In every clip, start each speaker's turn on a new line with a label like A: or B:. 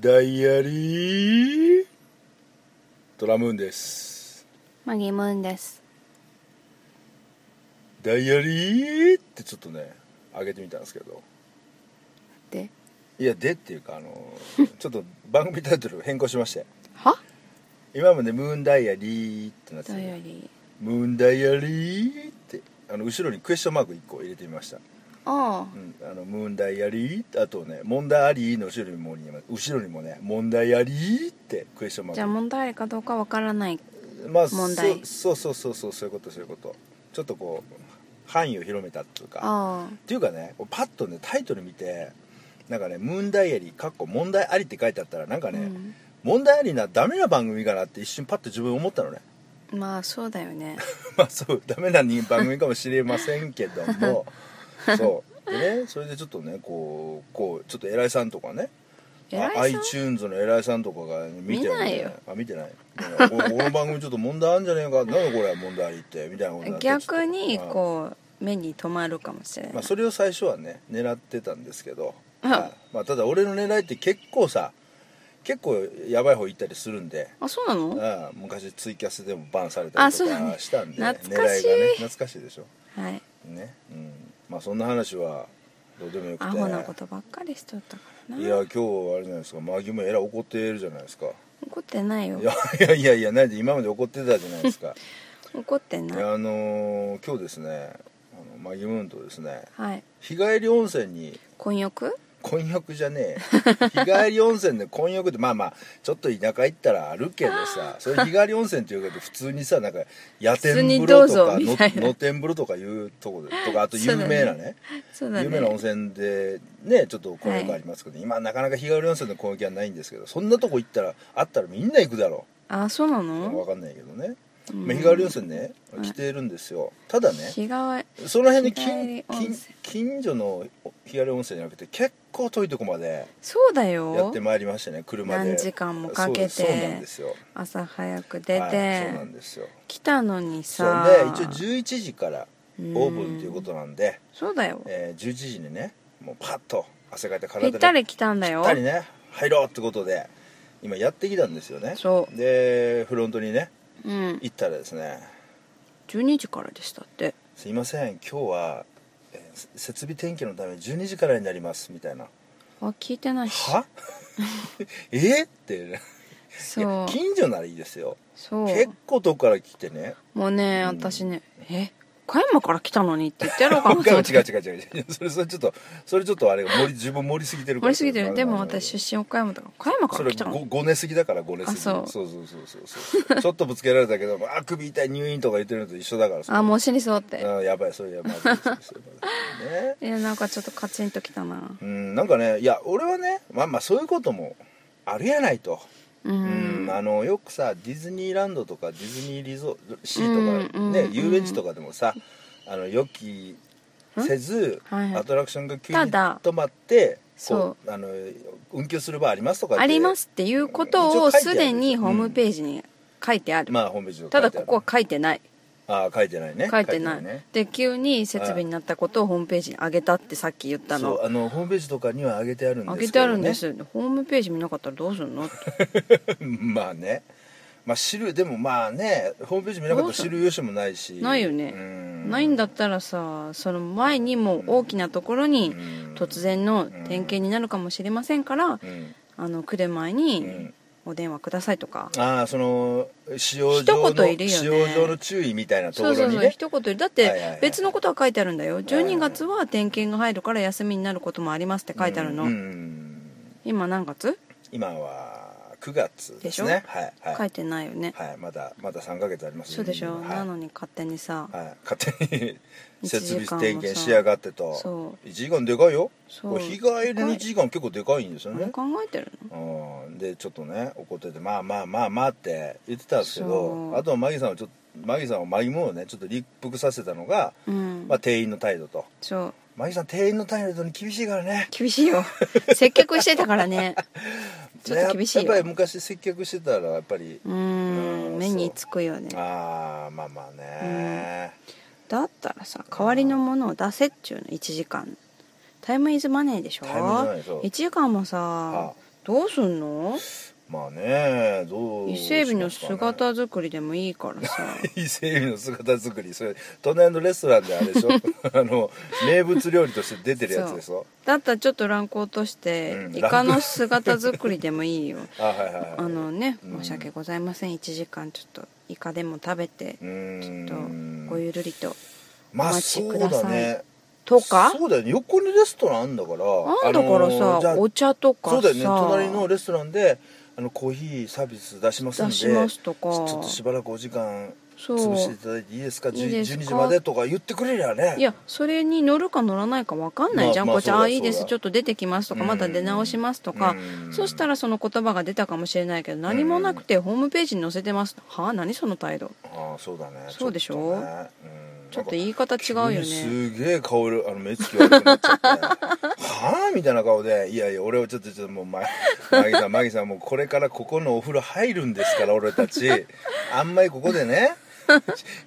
A: ダイアリードラムーンです
B: マギムーンです
A: ダイアリーってちょっとね上げてみたんですけど
B: で
A: いやでっていうかあ のちょっと番組タイトル変更しまして
B: は
A: 今までムーンダイアリーってなって
B: ダイア
A: て
B: リ
A: ムーンダイアリーってあの後ろにクエスチョンマーク1個入れてみました
B: ーあ
A: うん、あのムーンダイアリーあとね「問題あり」の後ろにも後ろにもね「問題あり」ってクエスチョン
B: あ
A: マーク
B: じゃあ問題ありかどうかわからない
A: まあ、
B: 問題
A: そそうそうそうそうそういうことそういうことちょっとこう範囲を広めたっていうか
B: あ
A: っていうかねこうパッとねタイトル見てなんかね「ムーンダイアリー」かっこ「問題あり」って書いてあったらなんか
B: あ、
A: ね、
B: うん
A: 問題ありなダメな番組かなって一瞬パッと自分思ったのね
B: まあそうだよね
A: まあそうダメな人番組かもしれませんけど もそうでねそれでちょっとねこうこうちょっと偉いさんとかね
B: 偉
A: あ
B: いさん
A: iTunes の偉いさんとかが見てるんで
B: 見ないよ
A: あ見てないこ この番組ちょっと問題あんじゃねえかなんだこれ問題ありってみたいなことになって
B: 逆
A: ち
B: に
A: ょっと
B: こう目に留まるかもしれ
A: うん
B: ない、
A: まあ、それを最初はね狙ってたんですけど、
B: うん
A: はいまあ、ただ俺の狙いって結構さ結構やばい方行ったりするんで、
B: あそうな
A: う
B: の
A: ん、昔ツイキャスでもバンされた
B: あ
A: り
B: そ
A: と
B: うだね
A: かしたんで、
B: 懐かしい
A: 狙いがね懐かしいでしょ
B: はい
A: ねうんまあそんな話はどうでもよくて
B: アホなことばっかりしとったから
A: い
B: な
A: や今日はあれじゃないですかマギもえらい怒ってるじゃないですか
B: 怒ってないよ
A: いやいやいやいやなんで今まで怒ってたじゃないですか
B: 怒って
A: い
B: ない
A: やあのー今日ですねあのマギムーンとですね
B: はい
A: 日帰り温泉に
B: 婚欲
A: 混浴じゃね え日帰り温泉で混浴ってまあまあちょっと田舎行ったらあるけど さそれ日帰り温泉っていうけど普通にさなんか野天風呂とか
B: 普通にどうぞみたいな
A: の野天風呂とかいうと こでとかあと有名なね
B: そうだ
A: 有名な温
B: ね
A: 泉でねちょっと混浴ありますけど、今なかなか日帰り温泉の混浴はないんですけどそんなとこ行ったらあったらみんな行くだろ
B: あそうな
A: うわ
B: の
A: かんないけどね
B: うん
A: まあ、日帰り温泉ね
B: はい
A: 来ているんですよただね
B: 日替わり
A: その辺で
B: 日帰
A: 近
B: り温泉
A: 近近所の日帰り温泉じゃなくて結構遠いとこまで
B: そうだ
A: やっ
B: よ
A: てまいりましたね車で
B: 何時間もかけて
A: そうそうなんですよ
B: 朝早く出
A: はい
B: て
A: そうなんですよ
B: 来たのに
A: そ
B: さ
A: れで一応11時からオ
B: うん
A: ープンということなんで、
B: そうだよ
A: えー11時にねもうパッと汗かいて体
B: ぴ
A: で
B: ったり来たんだよ
A: ぴったりね入ろうってことで今やってきたんですよね
B: そ
A: でフロントにね
B: ううん
A: 行ったらですね
B: 12時からでしたって
A: すいません今日は、えー設備点検のため12時からになりますみたいな
B: あ聞いてないし
A: は えって ねい
B: そ
A: や
B: う
A: 近所ならいいですよ
B: そう
A: 結構遠くから来てね
B: もうね
A: うん
B: 私ねえ岡山から来たのにって言ってやろうか
A: 違う
B: なと思っ
A: 違う
B: て
A: 違う違う違うそれそれちょっとそれちょっとあれが盛り自分盛りすぎてるから
B: 盛りすぎてるでも
A: あの
B: 私出身岡山だから岡山か
A: そ
B: ら
A: れ
B: 来たの
A: ごごねすぎだからごねすぎ
B: あそう
A: そうそうそうそうそうちょっとぶつけられたけどあ首痛い入院とか言ってるのと一緒だから
B: あもう死にそうって
A: うんやばいそれやばいそうそうそうそうね
B: いやなんかちょっとカチンときたな
A: うんなんかねいや俺はねまあまあそういうこともあるやないと
B: う
A: うんんあのよくさディズニーランドとかディズニーリゾートシーとか、
B: うん
A: ね
B: うん
A: 遊園地とかでもさあの予期せず、
B: はいはい
A: アトラクションが急に
B: ただ
A: 止まってこ
B: そ
A: うあの運休する場ありますとかって
B: ありますっていうこと
A: 一
B: を
A: 応書い
B: す
A: てある
B: でにホームページに書いてある、
A: まあホームページの
B: ただここは書いてない
A: ああー書いてないね
B: 書いてない
A: ね
B: で急に設備になったことをホームページに上げたってさっき言った
A: そ
B: の
A: うあのホームページとかには上げてあるんですけど、ね、
B: 上げてあるんですよホームページ見なかったらどうするのって
A: まあねまあ知るでもまあねホームページ見なかったら知る由もないし
B: ないよね
A: うん
B: ないんだったらさその前にも大きなところ
A: う
B: に
A: ん
B: 突然の点検になるかもしれませんか
A: う
B: ら
A: ん
B: あの来る前にお電話くださいとか、
A: ああその使用上の
B: 一言いるよね
A: 使用上の注意みたいなとこ
B: そう
A: ろ
B: そう
A: に
B: そう
A: ね
B: 一言言うだっ
A: はいはいは
B: て
A: い
B: 別のことは書いてあるんだよ
A: はいはい
B: 12月は点検が入るから休みになることもありますって書いてあるの、
A: うんうん
B: 今何月
A: 今は9月です
B: でし
A: ねはい
B: 書
A: はい
B: てないよね、
A: いはいまだまだ3ヶ月あります
B: そうでしょ、
A: はい
B: なのに勝手にさ、
A: はい勝手に設備
B: 一時間もさ
A: 点検しやがってと
B: そう
A: 1時間でかいよ
B: そう
A: これ日帰りの1時間結構でかいんですよね
B: 何考えてる
A: うんでちょっとね怒ってて「まあまあまあまあ」って言ってたんですけ
B: そ
A: ど
B: う
A: あとマギさんはちょっとマギさんをマギムーンをねちょっと立腹させたのが、
B: のうん、
A: まあ、店員の態度と
B: そう
A: マギさん店員の態度に厳しいからね
B: 厳しいよ 接客してたからねちょっと厳しい
A: ねや
B: よ、
A: っぱり昔接客してたらやっぱり
B: うー
A: うんん
B: 目につくよね
A: ああまあまあね、
B: だったらさ代わりのものを出せっちゅうの1時間タイムイズマネーでしょ
A: タイムイズマネーそう
B: 1時間もさ
A: あ
B: どうすんの
A: まあねどう
B: 伊勢海老の姿作りでもいいからさ
A: 伊勢海老の姿作りそれ隣のレストランであれ でしょあの名物料理として出てるやつでしょ
B: だったらちょっと乱行として、
A: うん
B: イカの姿作りでもいいよ
A: あはいはい、はい、
B: あのね
A: うん
B: 申し訳ございません1時間ちょっとイカでも食べて
A: うーん
B: ちょっとごゆるりと
A: まあ
B: お待ち
A: そ
B: く
A: う
B: ださい
A: だね
B: とか
A: そうだよね横にレストランあんだから
B: あ
A: あ
B: んだからさ、
A: のーじゃあ
B: お茶とかさ
A: そうだよね隣のレストランであのコーヒーサービス出しますんで
B: 出しますとか
A: ちょっとしばらくお時間
B: そう
A: 潰していただいていいですか
B: いいですか
A: 12時までとか言ってくれりゃね
B: いやそれに乗るか乗らないか分かんないじゃん、
A: まあまあ
B: こっちゃ
A: そうだ
B: あいいで
A: そう
B: す
A: だ
B: ちょっと出てきますとか、
A: うん
B: また出直しますとか、
A: うん
B: そしたらその言葉が出たかもしれないけど何もなくてホームページに載せてますはあ何その態度
A: ああそうだね
B: そうでし
A: ちっ
B: ょ
A: とねうん
B: ちょっと言い方違うよ
A: 急に
B: ね
A: すげえ顔色あの目つき悪くなっちゃってはあみたいな顔で「いやいや俺はちょっとちょっともうママギさんマギさんもうこれからここのお風呂入るんですから俺たちあんまりここでね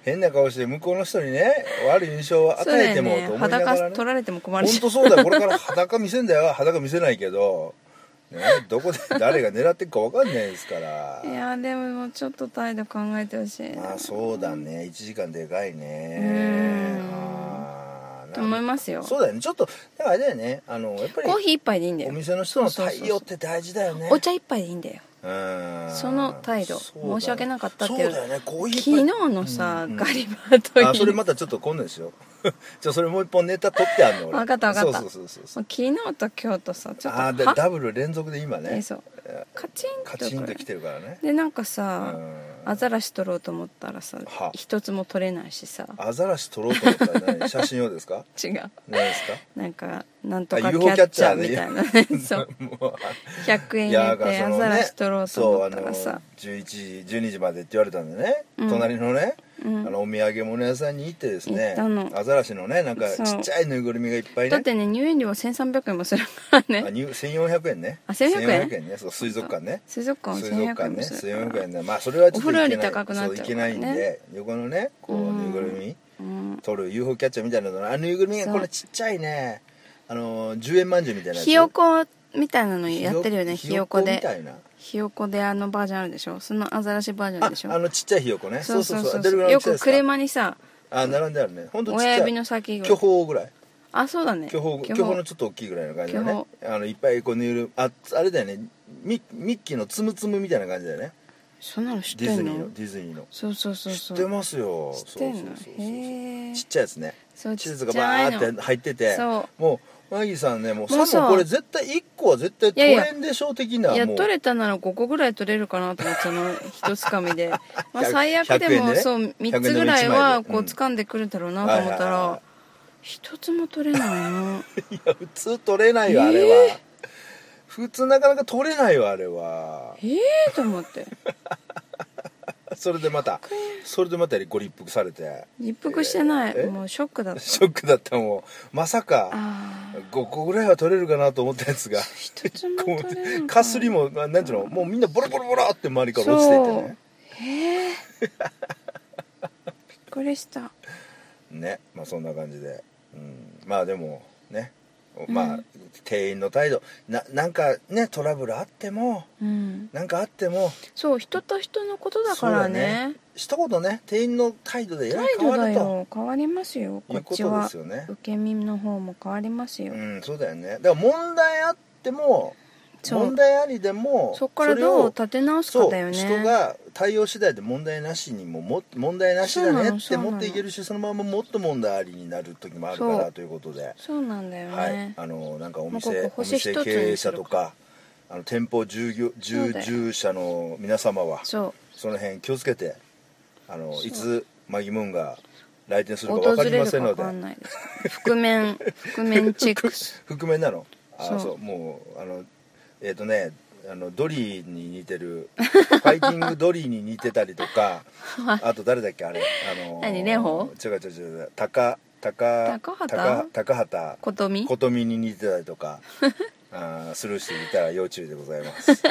A: 変な顔して向こうの人にね悪い印象を与
B: そうだ
A: えて
B: よ
A: も
B: ね
A: と思いながら
B: 裸
A: ね
B: 取られても困る
A: 本
B: し
A: 当そうだよこれから裸見せんだよ裸見せないけど、ね、どこで誰が狙ってるか分かんないですから
B: いやでももうちょっと態度考えてほしい
A: まあそうだね1時間でかいね
B: うん
A: あー
B: と思いますよ
A: そうだよねちょっとだからあれだよねあのやっぱり
B: コーヒー一杯でいいんだ
A: お
B: よ
A: 店の人の対応
B: そうそうそう
A: って大事だよね
B: お茶一杯でいいんだよ
A: うん
B: その態度
A: そうだね
B: 申し訳なかったっていう
A: そうだよねコーヒ
B: 昨
A: ー
B: 日
A: いっぱい
B: のさ、
A: うんうん
B: ガリバーといい
A: あそれまたちょっと今度ですよ じゃあそれもう一本ネタ取ってあんの俺
B: わかったわかった
A: そうそうそうそう
B: もう昨日と今日とさちょっと
A: ああーで
B: は
A: ダブル連続で今
B: え
A: ね
B: そうカチン
A: カ
B: と
A: チン
B: く
A: と
B: る
A: 来てるからね
B: でなんか
A: う
B: さ、
A: ん
B: アザラシ取ろうと思ったらさ
A: は
B: 一つも取れないしさ
A: アザラシ撮ろうと思ったら何 写真をですか
B: 違う
A: 何ですか
B: なんかなんとか
A: あ
B: キ
A: UFO
B: ャッチャーみ
A: キャ
B: たい
A: ッ
B: な ねそう
A: もう
B: 100
A: い
B: 円入
A: や
B: れ
A: だから
B: て
A: そ
B: ア
A: の
B: ザラ
A: ね
B: シ取ろうと
A: そう
B: 思
A: あ
B: った
A: の
B: らさ
A: 11時12時までって言われたんでね、
B: うん
A: 隣のね、
B: うん
A: あのお土産物屋さんに行ってです
B: 行
A: ね
B: ったの
A: アザラシのねなんかち
B: そう
A: っちゃいぬいぐるみがいっぱいね
B: だってね入園料は1300円もするから
A: あ
B: ね
A: 入1400円ね
B: あ1400円
A: ねそう水族館ね
B: 水族館は
A: 水族
B: 1100
A: 館
B: 円も
A: ね
B: するから
A: 1400円ねまあそれはちょっといけない
B: お風呂より高くなっちゃう
A: そういけないん
B: から
A: で横のねこ
B: う
A: うんぬいぐるみ
B: うん
A: 取る UFO キャッチャーみたいなのあぬいぐるみが
B: そう
A: このちっちゃいねあの10円まんじゅうみたいなやつ
B: ひよこみたいなのやってるよね
A: ひ
B: ひ
A: よ
B: よ
A: こ
B: こ
A: み
B: で
A: たいな
B: ひよこであのバージョンあるでしょそのアザラシバージョン
A: あ
B: でし
A: あ
B: ょ
A: のちっちゃいひよこね
B: そうそうそ
A: どれぐらい
B: う
A: の
B: よ
A: ちっちゃい
B: く
A: ですか
B: 車にさ
A: あ並んであるねほんとちっちゃ
B: 親
A: い
B: 指の先ぐら
A: 巨
B: い
A: 峰ぐらい
B: あそうだね
A: 巨峰巨峰のちょっと大きいぐらいの感じだねあのいっぱいこう縫いぐるみああれだよねミミッキーのつむつむみたいな感じだよね
B: そんなの知っ
A: ディ
B: て
A: ズ
B: ん
A: ニー
B: の
A: のディズニーの
B: そうそうそう
A: 知
B: そう
A: ってますよ
B: 知ってんの
A: そうそうそうそう
B: へえ
A: ちっちゃいやつね
B: そう
A: チ
B: ち
A: ー
B: っ
A: ズが
B: ちゃ
A: バ
B: いの
A: ーって入ってて
B: そ
A: もうマギーさんねもう
B: もう
A: 3
B: さ
A: 本これ絶対1個は絶対取れんでしょう的ない
B: や
A: もう
B: 取れたなら5個ぐらい取れるかなと思ってその一つか みで、まあ、
A: 100
B: 最悪で
A: 100円
B: も
A: でね
B: そう
A: 100
B: 3つぐらいはこう
A: うん
B: 掴んでくるだろうなと思
A: はいは
B: った
A: いはい
B: ら一つも取れない の
A: いや 普通取れないよあれは、普通なかなか取れないよあれは
B: ええと思って
A: それでまたそれでまたご立腹されて
B: 一服してない
A: え
B: もうショ ックだった
A: ショックだったもうまさか
B: あ
A: 5個ぐらいは取れるかなと思ったやつが
B: 一つも取れなかった
A: かすりもななんていうのもうみんなボロボロボロって周りから落ちていってね
B: あへえびっくりした
A: ねまあそんな感じで、うん、まあでもね
B: ん
A: まあ、店員の態度ななんかねトラブルあっても
B: うん
A: なんかあっても
B: そう人と人のことだから
A: そうだ
B: ね
A: 一言ね店員の態度でえらい
B: 態
A: 変
B: 度
A: わ
B: だ
A: ると
B: よ変わりますよ
A: い
B: こ
A: う
B: っ
A: こ
B: ち
A: とで
B: は
A: すよね
B: 受け身の方も変わりますよ、
A: うんそうだよねだから問題あっても
B: そう
A: 問題ありでも
B: そこから
A: れを
B: どう立て直すかだよね
A: そう人が対応次第で問題なしにもも問題なしだねって
B: そうなの
A: 持っていけるしそのままもっと問題ありになる時もあるか
B: そ
A: ら
B: う
A: ということで、
B: そうなんだよね、
A: はいあのなんかお店
B: もうここ
A: お
B: 星
A: 店
B: 一つ
A: 経営者とかあの店舗従業
B: そ
A: 従
B: うだよ
A: 従者の皆様は
B: そ
A: その辺気をつけてあの
B: そう
A: いつマギムーンが来店す
B: う
A: るか
B: 訪
A: 分か
B: れ
A: りま
B: る
A: せ
B: か
A: んの
B: 分
A: で
B: かんないですから覆面覆面チェックス
A: 覆面なのあそ
B: そうう
A: もうあのえっ、とねあのドリーに似てる ファイティングドリーに似てたりとかあと誰だっけあれあの
B: 何蓮
A: 違う違う違う高高
B: 高畑
A: 高高畑
B: ことみ
A: 琴美 に似てたりとかあーする人いたら要注意でございます